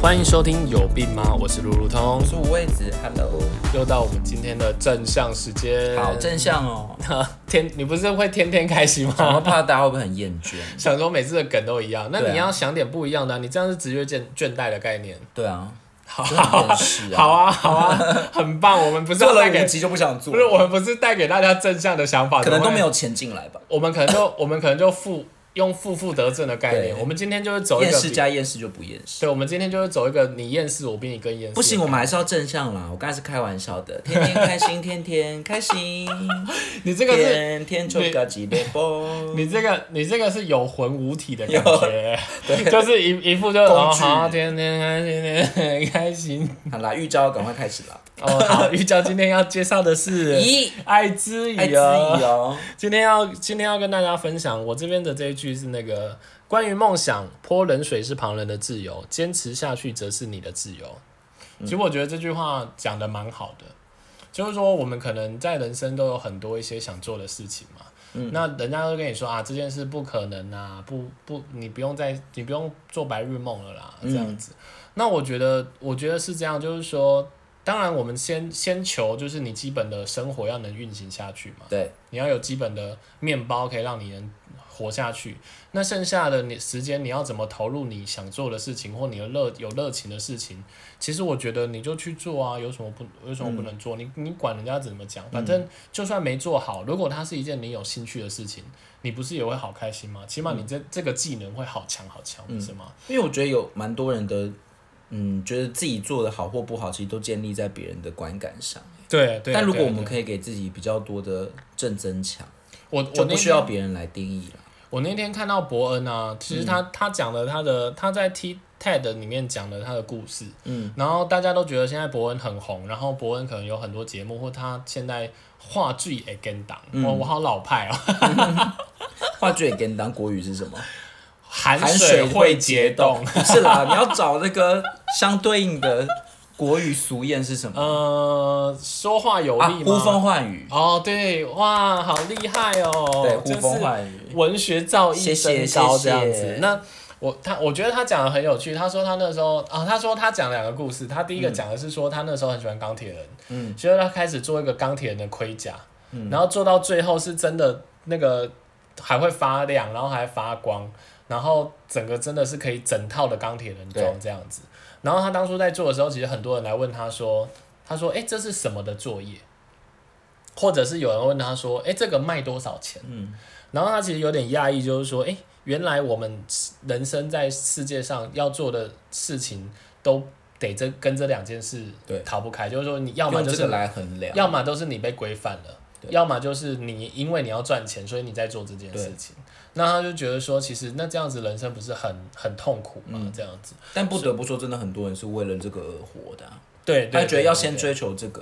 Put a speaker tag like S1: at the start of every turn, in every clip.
S1: 欢迎收听有病吗？我是路路通
S2: 我，是五位子，Hello，
S1: 又到我们今天的正向时间。
S2: 好正向哦。
S1: 天，你不是会天天开心
S2: 然后
S1: 吗？
S2: 怕大家会不会很厌倦？
S1: 想说每次的梗都一样，那
S2: 对啊
S1: 你要想点不一样的啊、你这样是直觉倦倦怠的概念。
S2: 对啊，
S1: 好
S2: 真的很厌世啊
S1: 好啊，好啊， 很棒。我们不是要
S2: 做了
S1: 带给
S2: 五，集就不想做
S1: 不，是我们不是带给大家正向的想法，
S2: 可
S1: 怎
S2: 能
S1: 么
S2: 都
S1: 会
S2: 没。有钱进来吧。
S1: 我们可能 就我们可能就负用负负得正的概念。
S2: 对
S1: 我们今天就是走一
S2: 厌
S1: 个
S2: 世
S1: 比
S2: 加厌世就不厌世。
S1: 啊对，我们今天就是啊走一个你厌世，我比你更厌世。
S2: 不行，我们还是要正向啦。我刚才是开玩笑的，天天开心，天天开心，
S1: 你这个是。
S2: 天天就高级的波。
S1: 你这个你这个是有魂无体的感
S2: 有
S1: 觉，就是一一副就
S2: 工
S1: 哦
S2: 具
S1: 好，天天开心，天天开心。
S2: 好啦，玉娇，赶快开始啦。
S1: 哦，好，玉娇今天要介绍的是
S2: 咦，
S1: 爱之
S2: 爱之
S1: 语
S2: 以
S1: 哦。
S2: 哦，
S1: 今天要今天要跟大家分享，我这边的这一句是那个关于梦想，泼冷水是旁人的自由，坚持下去则是你的自由。其实我觉得这句话讲的蛮好的，就是说我们可能在人生都有很多一些想做的事情嘛。那人家都跟你说啊，这件事不可能啊，不不，你不用再，你不用做白日梦了啦，这样子。那我觉得，我觉得是这样，就是说，当然我们先先求就是你基本的生活要能运行下去嘛。
S2: 对，
S1: 你要有基本的面包可以让你能活下去。那剩下的你时间，你要怎么投入你想做的事情，或你的热有热情的事情？其实我觉得你就去做啊，有什么不有什么不能做？你你管人家怎么讲，反正就算没做好，如果它是一件你有兴趣的事情，你不是也会好开心吗？起码你这、这个技能会好强好强，不是吗？
S2: 因为我觉得有蛮多人的，嗯，觉得自己做的好或不好，其实都建立在别人的观感上。
S1: 对对。啊
S2: 但如果
S1: 对
S2: 我
S1: 对
S2: 们可以给自己比较多的正增强，
S1: 我
S2: 就
S1: 我
S2: 不
S1: 那
S2: 需
S1: 天
S2: 要别人来定义了。
S1: 我那天看到伯恩啊，其实
S2: 嗯
S1: 他、他讲了他的他在 T TED 里面讲了他的故事，嗯，然后大家都觉得现在伯恩很红，然后伯恩可能有很多节目，或他现在话剧也跟档，
S2: 嗯
S1: 我我好老派哦，
S2: 话剧也跟当国语是什么？
S1: 寒
S2: 寒
S1: 水会解冻
S2: 冻。， 是啦，你要找那个相对应的国语俗谚 是什么
S1: 呃，说话有
S2: 啊？
S1: 力
S2: 呼风
S1: 吗？
S2: 唤雨，
S1: 哦，对，哇，好厉害哦！
S2: 对，
S1: 就
S2: 呼
S1: 是
S2: 风唤雨，
S1: 文学造诣
S2: 谢谢
S1: 升高这样
S2: 谢
S1: 子
S2: 谢。
S1: 那我他我觉得他讲的很有趣，他说他那时候啊，他说他讲两个故事，他第一个讲的是说他那时候很喜欢钢铁人，嗯，所以他开始做一个钢铁人的盔甲，
S2: 嗯
S1: 然后做到最后是真的那个还会发亮，然后还发光，然后整个真的是可以整套的钢铁人装
S2: 对
S1: 这样子。然后他当初在做的时候，其实很多人来问他说，他说：“哎、这是什么的作业？”或者是有人问他说：“哎、这个卖多少钱？”嗯，然后他其实有点讶异，就是说：“哎、原来我们人生在世界上要做的事情，都得这跟这两件事
S2: 对
S1: 逃不开，就是说你要么
S2: 用
S1: 就
S2: 这
S1: 是
S2: 个来啊衡量。
S1: 要么都是你被规范了，要么就是你因为你要赚钱，所以你在做这件事情。那他就觉得说，其实那这样子人生不是很很痛苦吗？
S2: 嗯
S1: 这样子，
S2: 但不得不说，真的很多人是为了这个而活的啊、
S1: 对，对
S2: 他觉得要
S1: 对
S2: 先
S1: 对
S2: 追求这个，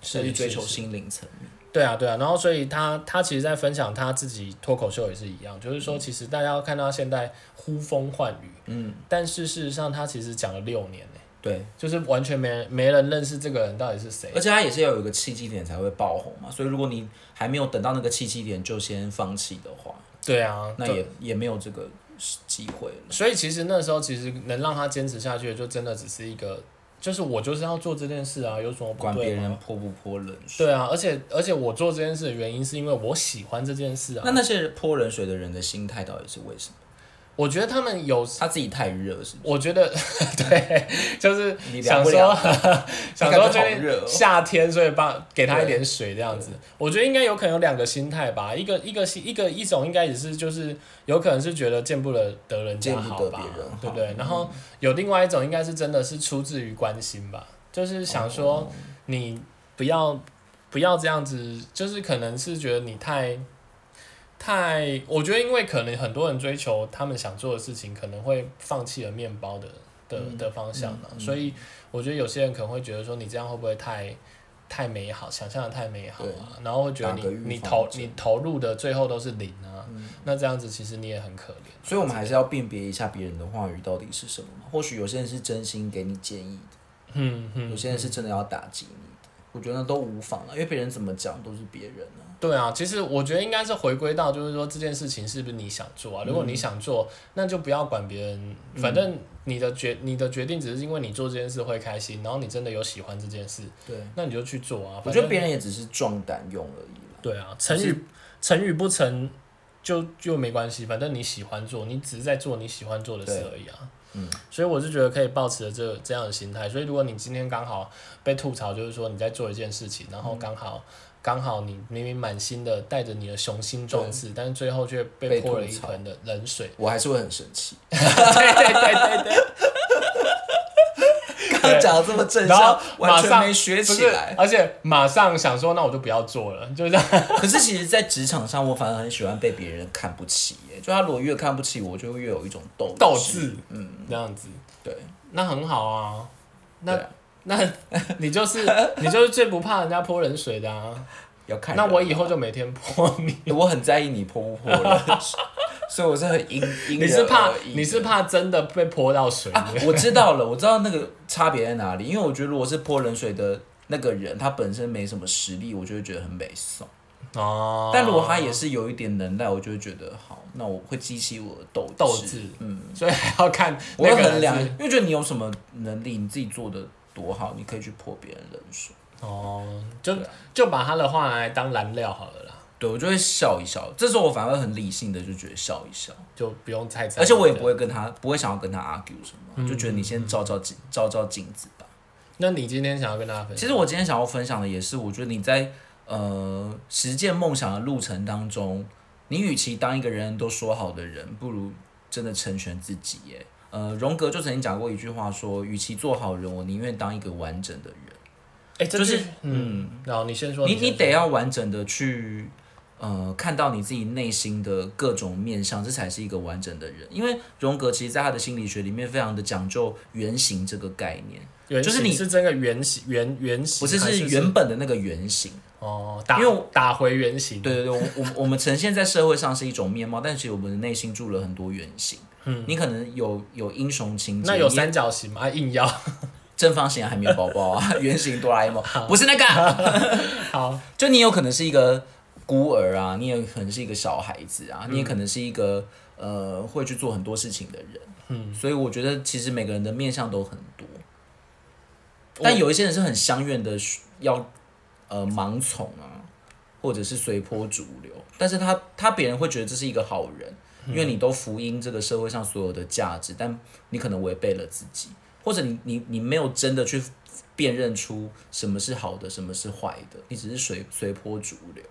S2: 再
S1: 是
S2: 去追
S1: 是
S2: 求
S1: 是
S2: 心灵层面。
S1: 对啊，对啊，然后所以他他其实，在分享他自己脱口秀也是一样，就是
S2: 嗯
S1: 说，其实大家要看到现在呼风唤雨，嗯，但是事实上他其实讲了六年呢、
S2: 对，
S1: 就是完全没人没人认识这个人到底是谁。
S2: 而且他也是要有一个契机点才会爆红嘛，所以如果你还没有等到那个契机点就先放弃的话，
S1: 对啊，
S2: 那
S1: 对
S2: 也也没有这个机会了。
S1: 所以其实那时候其实能让他坚持下去的，就真的只是一个，就是我就是要做这件事啊，有什么不
S2: 管别
S1: 对吗？
S2: 人泼不泼冷水。
S1: 对啊，而且而且我做这件事的原因是因为我喜欢这件事
S2: 那
S1: 啊。
S2: 那些泼冷水的人的心态到底是为什么？
S1: 我觉得他们有，
S2: 他自己太热是不
S1: 我觉得 对，就是
S2: 你
S1: 想
S2: 凉不
S1: 说
S2: 凉
S1: 想说
S2: 感觉
S1: 最
S2: 好
S1: 近
S2: 热哦
S1: 夏天，所以帮给他一点水这样子。我觉得应该有可能有两个心态吧，一个一个心一个一种应该也是就是有可能是觉得见不得得人家
S2: 见不
S1: 好
S2: 得
S1: 吧
S2: 别人，
S1: 对不
S2: 好
S1: 对？然后有另外一种应该是真的是出自于关心吧，就是想说
S2: 哦
S1: 你不要不要这样子，就是可能是觉得你太。太，我觉得因为可能很多人追求他们想做的事情，可能会放弃了面包的的
S2: 嗯
S1: 的方向呢、所以我觉得有些人可能会觉得说，你这样会不会太太美好，想象的太美好啊？然后会觉得
S2: 打个
S1: 你你
S2: 预防
S1: 投
S2: 针嗯
S1: 你投入的最后都是零啊，那这样子其实你也很可怜。
S2: 所以我们还是要辨别一下别人的话语到底是什么嘛。或许有些人是真心给你建议的，
S1: 嗯嗯，
S2: 有些人是真的要打击你的。我觉得都无妨啊了，因为别人怎么讲都是别人啊。
S1: 对啊，其实我觉得应该是回归到，就是说这件事情是不是你想做啊？如果你
S2: 嗯
S1: 想做，那就不要管别人，反正你的决你的决定只是因为你做这件事会开心，然后你真的有喜欢这件事，
S2: 对，
S1: 那你就去做啊。
S2: 我
S1: 反
S2: 觉
S1: 正
S2: 得别人也只是壮胆用而已啦。
S1: 对啊，成与成与不成就就没关系，反正你喜欢做，你只是在做你喜欢做的事而已啊。
S2: 嗯，
S1: 所以我是觉得可以保持着这这样的心态。所以如果你今天刚好被吐槽，就是说你在做一件事情，然后刚好刚、好你明明满心的带着你的雄心壮志，但是最后却被
S2: 被
S1: 泼了一
S2: 吐槽。
S1: 盆的冷水
S2: 我还是会很生 气。
S1: 对对对对
S2: 刚刚讲的这么正
S1: 对，然后
S2: 向，
S1: 马
S2: 完全
S1: 上
S2: 没学
S1: 不
S2: 起
S1: 是
S2: 来。
S1: 而且马上想说那我就不要做了，就这样。
S2: 可是其实，在职场上，我反而很喜欢被别人看不起耶。就他如果越看不起我，就会越有一种斗
S1: 斗
S2: 志。
S1: 志，嗯，这样子，
S2: 对，
S1: 那很好啊。那、
S2: 对啊
S1: 那你 就是你就是最不怕人家泼冷水的啊。
S2: 要看人
S1: 那
S2: 啊。
S1: 我以后就每天泼 你。
S2: 我很在意你泼不泼人，所以我是很因因
S1: 你是
S2: 人
S1: 怕
S2: 而异
S1: 你
S2: 的
S1: 是怕真的被泼到水里
S2: 啊，我知道了，我知道那个差别在哪里，因为我觉得如果是泼冷水的那个人，他本身没什么实力，我就会觉得很美送。
S1: 哦
S2: 但如果他也是有一点能耐，我就会觉得好，那我会激起我的斗志
S1: 哦斗志，
S2: 嗯，
S1: 所以还要看
S2: 我
S1: 那
S2: 会
S1: 个人
S2: 衡量，
S1: 是
S2: 因为觉得你有什么能力，你自己做的多好，你可以去泼别人冷水。
S1: 哦，就
S2: 对啊
S1: 就把他的话拿来当燃料好了啦，
S2: 对，我就会笑一笑，这时候我反而会很理性的就觉得笑一笑，
S1: 就不用太在意。
S2: 而且我也不会跟他，不会想要跟他 argue 什么，就觉得你先照照镜，照照镜子吧。
S1: 那你今天想要跟大家分享？
S2: 其实我今天想要分享的也是，我觉得你在呃实践梦想的路程当中，你与其当一个人人都说好的人，不如真的成全自己耶。呃，荣格就曾经讲过一句话说，与其做好人，我宁愿当一个完整的人。
S1: 哎，这
S2: 就是
S1: 句嗯，然后你先说，
S2: 你
S1: 先
S2: 你得要完整的去呃看到你自己内心的各种面相，这才是一个完整的人。因为荣格其实在他的心理学里面非常的讲究原型这个概念，
S1: 原
S2: 就是
S1: 型
S2: 你
S1: 是真的原型原原型
S2: 不是
S1: 还是
S2: 是原本的那个原型。
S1: 哦，打
S2: 因为我
S1: 打回原形，
S2: 对对对，我我我们呈现在社会上是一种面貌，但其实我们的内心住了很多原型。嗯，你可能有有英雄情节，
S1: 那有
S2: 你
S1: 三角形吗？啊硬要
S2: 正方形啊海绵宝宝啊，圆形哆啦 A 梦，不是那个，啊
S1: 好，
S2: 就你有可能是一个孤儿啊，你也可能是一个小孩子啊，你也可能是一个呃会去做很多事情的人。嗯，所以我觉得其实每个人的面相都很多，但有一些人是很相愿的要呃盲从啊，或者是随波逐流，但是他他别人会觉得这是一个好人，因
S1: 嗯
S2: 为你都福音这个社会上所有的价值，但你可能违背了自己，或者你你你没有真的去辨认出什么是好的，什么是坏的，你只是随随波逐流，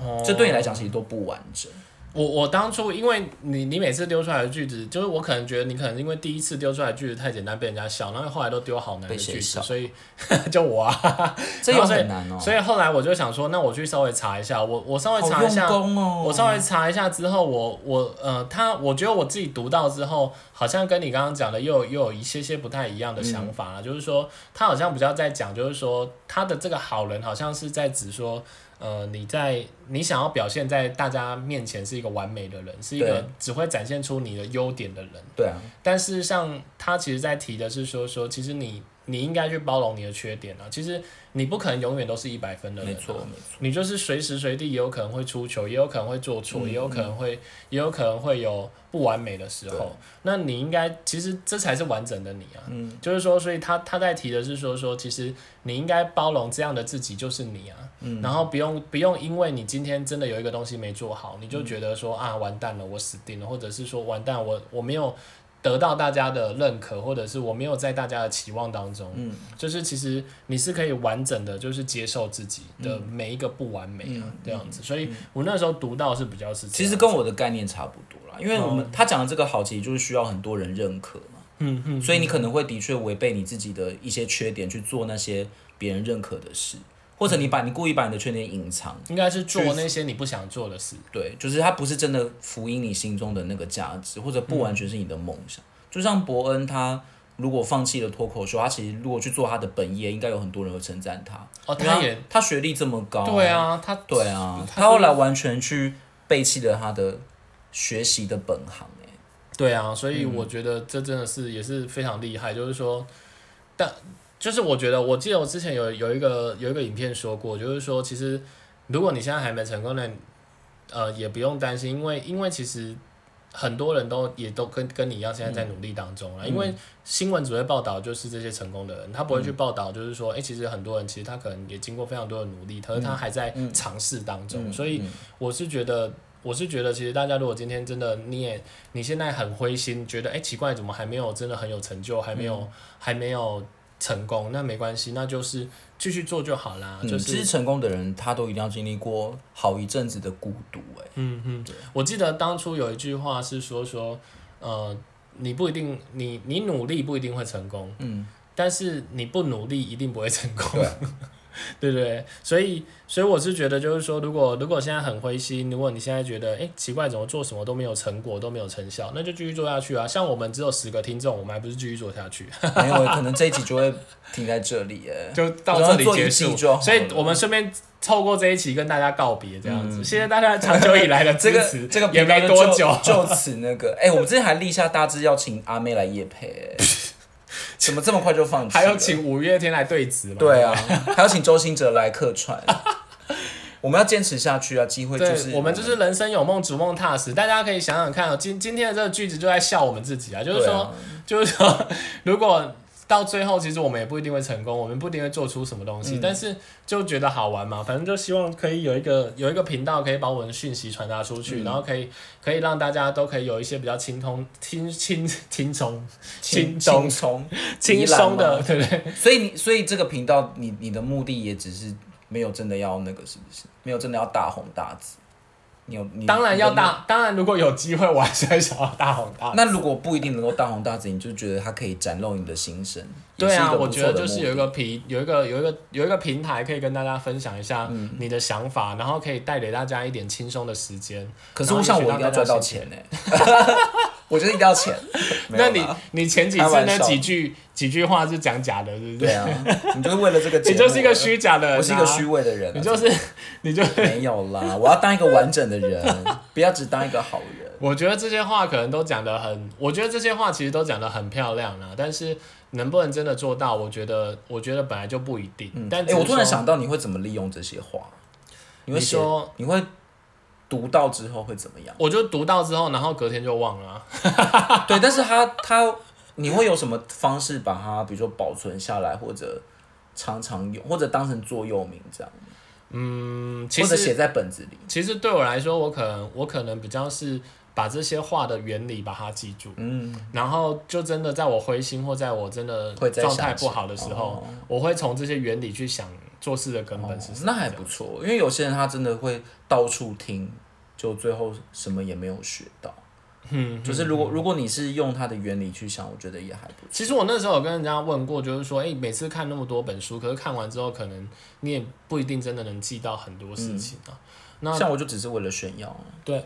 S1: 哦
S2: 这对你来讲其实都不完整。
S1: 我我当初因为你你每次丢出来的句子，就是我可能觉得你可能因为第一次丢出来的句子太简单被人家笑，然后后来都丢好难的
S2: 被谁
S1: 句子，
S2: 笑
S1: 所以 就我啊，
S2: 这
S1: 然
S2: 又
S1: 后所以
S2: 很难哦，
S1: 所以 后来我就想说，那我去稍微查一下，我我稍微
S2: 好
S1: 查一下
S2: 用，功哦，
S1: 我稍微查一下之后，我我呃，他我觉得我自己读到之后，好像跟你刚刚讲的又有又有一些些不太一
S2: 嗯
S1: 样的想法啦，就是说他好像比较在讲，就是说他的这个好人好像是在指说，呃，你在你想要表现在大家面前是一个完美的人，是一个
S2: 对
S1: 只会展现出你的优点的人，
S2: 对啊，
S1: 但事实上，他其实在提的是说说，其实你你应该去包容你的缺点啊，其实你不可能永远都是一百分的人、啊
S2: 没错没错。
S1: 你就是随时随地也有可能会出糗，也有可能会做错，也有可能会，也有可能会有不完美的时
S2: 对
S1: 候。那你应该，其实这才是完整的你啊。
S2: 嗯，
S1: 就是说，所以他他在提的是说说，其实你应该包容这样的自己就是你啊。嗯，然后不用不用因为你今天真的有一个东西没做好，你就觉得说、啊完蛋了，我死定了，或者是说完蛋我我没有。得到大家的认可，或者是我没有在大家的期望当中，
S2: 嗯，
S1: 就是其实你是可以完整的，就是接受自己的
S2: 嗯
S1: 每一个不完美啊，这样子。所以我那时候读到是比较是这样，
S2: 其实跟我的概念差不多啦，因为我们、他讲的这个好，其实就是需要很多人认可嘛。
S1: 哦嗯嗯，
S2: 所以你可能会的确违背你自己的一些缺点去做那些别人认可的事，或者你把你故意把你的缺点隐藏，
S1: 应该是做那些你不想做的事。
S2: 对，就是它不是真的福音你心中的那个价值，或者不
S1: 嗯
S2: 完全是你的梦想。就像伯恩他如果放弃了脱口秀，他其实如果去做他的本业，应该有很多人会称赞他。
S1: 哦，
S2: 因为
S1: 他也
S2: 他学历这么高，
S1: 对，啊，他
S2: 对啊，
S1: 他
S2: 他后来完全去背弃了他的学习的本行、欸，
S1: 对啊，所以我觉得这真的是也是非常厉害，就是说，但就是我觉得，我记得我之前有有一个有一个影片说过，就是说，其实如果你现在还没成功，那呃也不用担心，因为因为其实很多人都也都跟跟你一样，现在在努力当中啊了。因为新闻只会报道就是这些成功的人，他不会去报道就是说，哎、其实很多人其实他可能也经过非常多的努力，可是他还在尝试当
S2: 嗯
S1: 中。所以我是觉得。我是觉得，其实大家如果今天真的你也你现在很灰心，觉得哎、诶奇怪，怎么还没有真的很有成就，还没有、还没有成功，那没关系，那就是继续做就好啦。
S2: 嗯
S1: 啊就
S2: 其实
S1: 是
S2: 成功的人，他都一定要经历过好一阵子的孤独、哎，
S1: 我记得当初有一句话是说说，呃，你不一定你你努力不一定会成功，
S2: 嗯，啊
S1: 但是你不努力一定不会成功。 对不对，所以所以我是觉得，就是说，如果如果现在很灰心，如果你现在觉得，哎，奇怪，怎么做什么都没有成果，都没有成效，那就继续做下去啊。像我们只有十个听众，我们还不是继续做下去，
S2: 欸没有，可能这一集就会停在这里、哎，
S1: 就到这里结
S2: 我们做一
S1: 束
S2: 季就好。了
S1: 所以我们顺便透过这一期跟大家告别，这样子，谢谢大家长久以来 的支
S2: 嗯 这个
S1: 持，
S2: 这个
S1: 也
S2: 频道
S1: 没
S2: 就
S1: 多久，
S2: 就此那个，哎、我们之前还立下大志要请阿妹来夜配、哎 怎么这么快就放弃？
S1: 还有。请五月天来对质嘛？
S2: 对啊，还要请周星哲来 客串。我们要坚持下去啊！机会
S1: 对，
S2: 就是
S1: 我们就是人生有梦，逐梦踏实。大家可以想想看、哦，今今天的这个句子就在笑我们自己啊，就是
S2: 对
S1: 说，
S2: 啊
S1: 就是说，如果到最后，其实我们也不一定会成功，我们不一定会做出什么东
S2: 嗯
S1: 西，但是就觉得好玩嘛。反正就希望可以有一个有一个频道，可以把我们的讯息传达出
S2: 嗯
S1: 去，然后可以可以让大家都可以有一些比较轻松、轻轻轻松、轻
S2: 轻轻
S1: 松、
S2: 松。
S1: 轻松的，对 不对？
S2: 所以你，所以这个频道，你你的目的也只是没有真的要那个，是不是？没有真的要大红大紫。你有你
S1: 当然要。
S2: 你的
S1: 大，当然如果有机会，我还是会想要大红大紫。
S2: 那如果不一定能够大红大紫，你就觉得它可以展露你的心声。也
S1: 对
S2: 是一
S1: 啊，
S2: 个
S1: 我
S2: 不
S1: 觉
S2: 错
S1: 得
S2: 的
S1: 就是
S2: 目
S1: 有一
S2: 的
S1: 个平有一个有一个有一个平台可以跟大家分享一下你
S2: 嗯
S1: 的想法，然后可以带给大家一点轻松的时间。
S2: 可
S1: 然
S2: 是
S1: 后
S2: 我想我
S1: 也
S2: 一
S1: 许
S2: 定
S1: 让大
S2: 要赚
S1: 家
S2: 到
S1: 心
S2: 钱呢、 我觉得一定要 钱。没有
S1: 那你
S2: 啦
S1: 你前几
S2: 开
S1: 次
S2: 玩
S1: 那
S2: 笑
S1: 几句几句话是讲假的，对不
S2: 对
S1: 对？
S2: 啊，你就是为了这个 节
S1: 你
S2: 目，
S1: 就是一个，虚假的人、啊，
S2: 我是一个虚伪的人啊、
S1: 你就是 你就。
S2: 没有啦，我要当一个完整的人， 不要只当一个好人。
S1: 我觉得这些话可能都讲得很，我觉得这些话其实都讲得很漂亮啦，但是能不能真的做到，我觉得我觉得本来就不一定。但
S2: 哎、
S1: 只是
S2: 我突
S1: 说
S2: 然想到，你会怎么利用这些话？你会
S1: 你
S2: 写
S1: 说，？
S2: 你会读到之后会怎么 样
S1: 我就读到之后，然后隔天就忘了啊、
S2: 对，但是他他，你会有什么方式把它，比如说保存下来，或者常常用，或者当成座右铭这样，
S1: 嗯，其
S2: 或者
S1: 实
S2: 写在本子里。
S1: 其实对我来说，我可能我可能比较是把这些话的原理把它记住，
S2: 嗯，
S1: 然后就真的在我灰心或在我真的
S2: 会再
S1: 状态
S2: 想起
S1: 不好的时候，我会从这些原理去想做事的根本是什么。
S2: 那还不错，因为有些人他真的会到处听，就最后什么也没有学到。嗯，就是如果如果你是用它的原理去想，我觉得也还不错。
S1: 其实我那时候有跟人家问过，就是说，哎、每次看那么多本书，可是看完之后，可能你也不一定真的能记到很多事情啊。那
S2: 像我就只是为了炫耀啊，
S1: 对，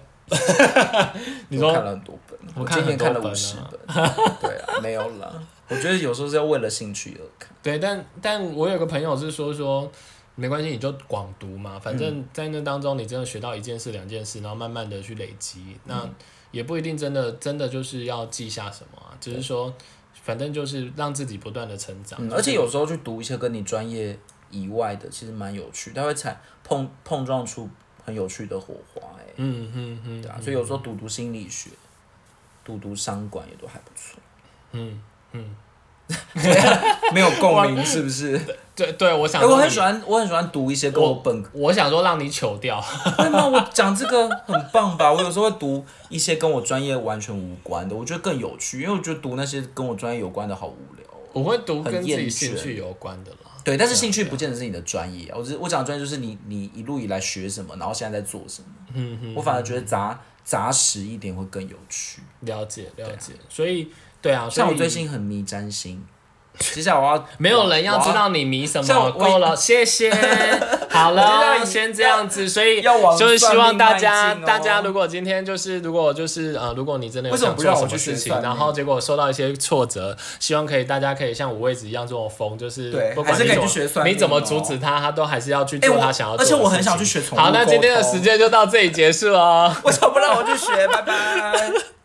S1: 你
S2: 嗯我
S1: 说
S2: 看了很多本，
S1: 我看
S2: 今年看了
S1: 很多啊
S2: 五十本，对啊，没有啦。我觉得有时候是要为了兴趣而看，
S1: 对，但但我有个朋友是说说，没关系，你就广读嘛，反正
S2: 嗯
S1: 在那当中你真的学到一件事、两件事，然后慢慢的去累积，
S2: 嗯
S1: 那也不一定真的真的就是要记下什么啊，只是说反正就是让自己不断的成长，啊
S2: 嗯，而且有时候去读一些跟你专业以外的，其实蛮有趣，它会产碰碰撞出很有趣的火花、欸，
S1: 嗯嗯
S2: 哎，
S1: 嗯，
S2: 对啊，所以有时候读读心理学，读读商管也都还不错，嗯嗯， 没有共鸣是不是？
S1: 对对，我
S2: 哎、
S1: 想说
S2: 我
S1: 你、
S2: 很喜欢，我很喜欢读一些跟我本
S1: 我想说让你糗掉，
S2: 会吗？我讲这个很棒吧？我有时候会读一些跟我专业完全无关的，我觉得更有趣，因为我觉得读那些跟我专业有关的好无聊哦。
S1: 我会读
S2: 很
S1: 跟自己
S2: 厌
S1: 兴
S2: 倦
S1: 趣有关的啦，
S2: 对，但是兴趣不见得是你的专业啊，我只我讲的专业就是你你一路以来学什么，然后现在在做什么。我反而觉得杂杂实一点会更有趣。
S1: 了解了解，所以对啊，所
S2: 啊像我
S1: 以
S2: 最近很迷 占星，接下来我要
S1: 没有人要知
S2: 我
S1: 道你迷什
S2: 像我
S1: 么，够了，谢 谢，好
S2: 我知道
S1: 了，
S2: 你
S1: 先这样子，所以
S2: 要往
S1: 就是希望大家，
S2: 算命迈进哦
S1: 大家如果今天就是如果就是呃，如果你真的有
S2: 为什么
S1: 想
S2: 不
S1: 做
S2: 让
S1: 什
S2: 我
S1: 么
S2: 去学
S1: 事情，
S2: 算命
S1: 然后结果受到一些挫折，希望可以大家可以像五味子一样这么疯，就是
S2: 对
S1: 不管
S2: 还是
S1: 你
S2: 可以
S1: 怎么
S2: 去学算命
S1: 你怎么
S2: 哦
S1: 阻止他，他都还是要去
S2: 哎
S1: 做
S2: 我
S1: 他想要做
S2: 而
S1: 的
S2: 且我很
S1: 事情
S2: 想去学宠物
S1: 好，那今天的
S2: 沟通
S1: 时间就到这里结束哦。
S2: 为什么不让我去学？拜拜。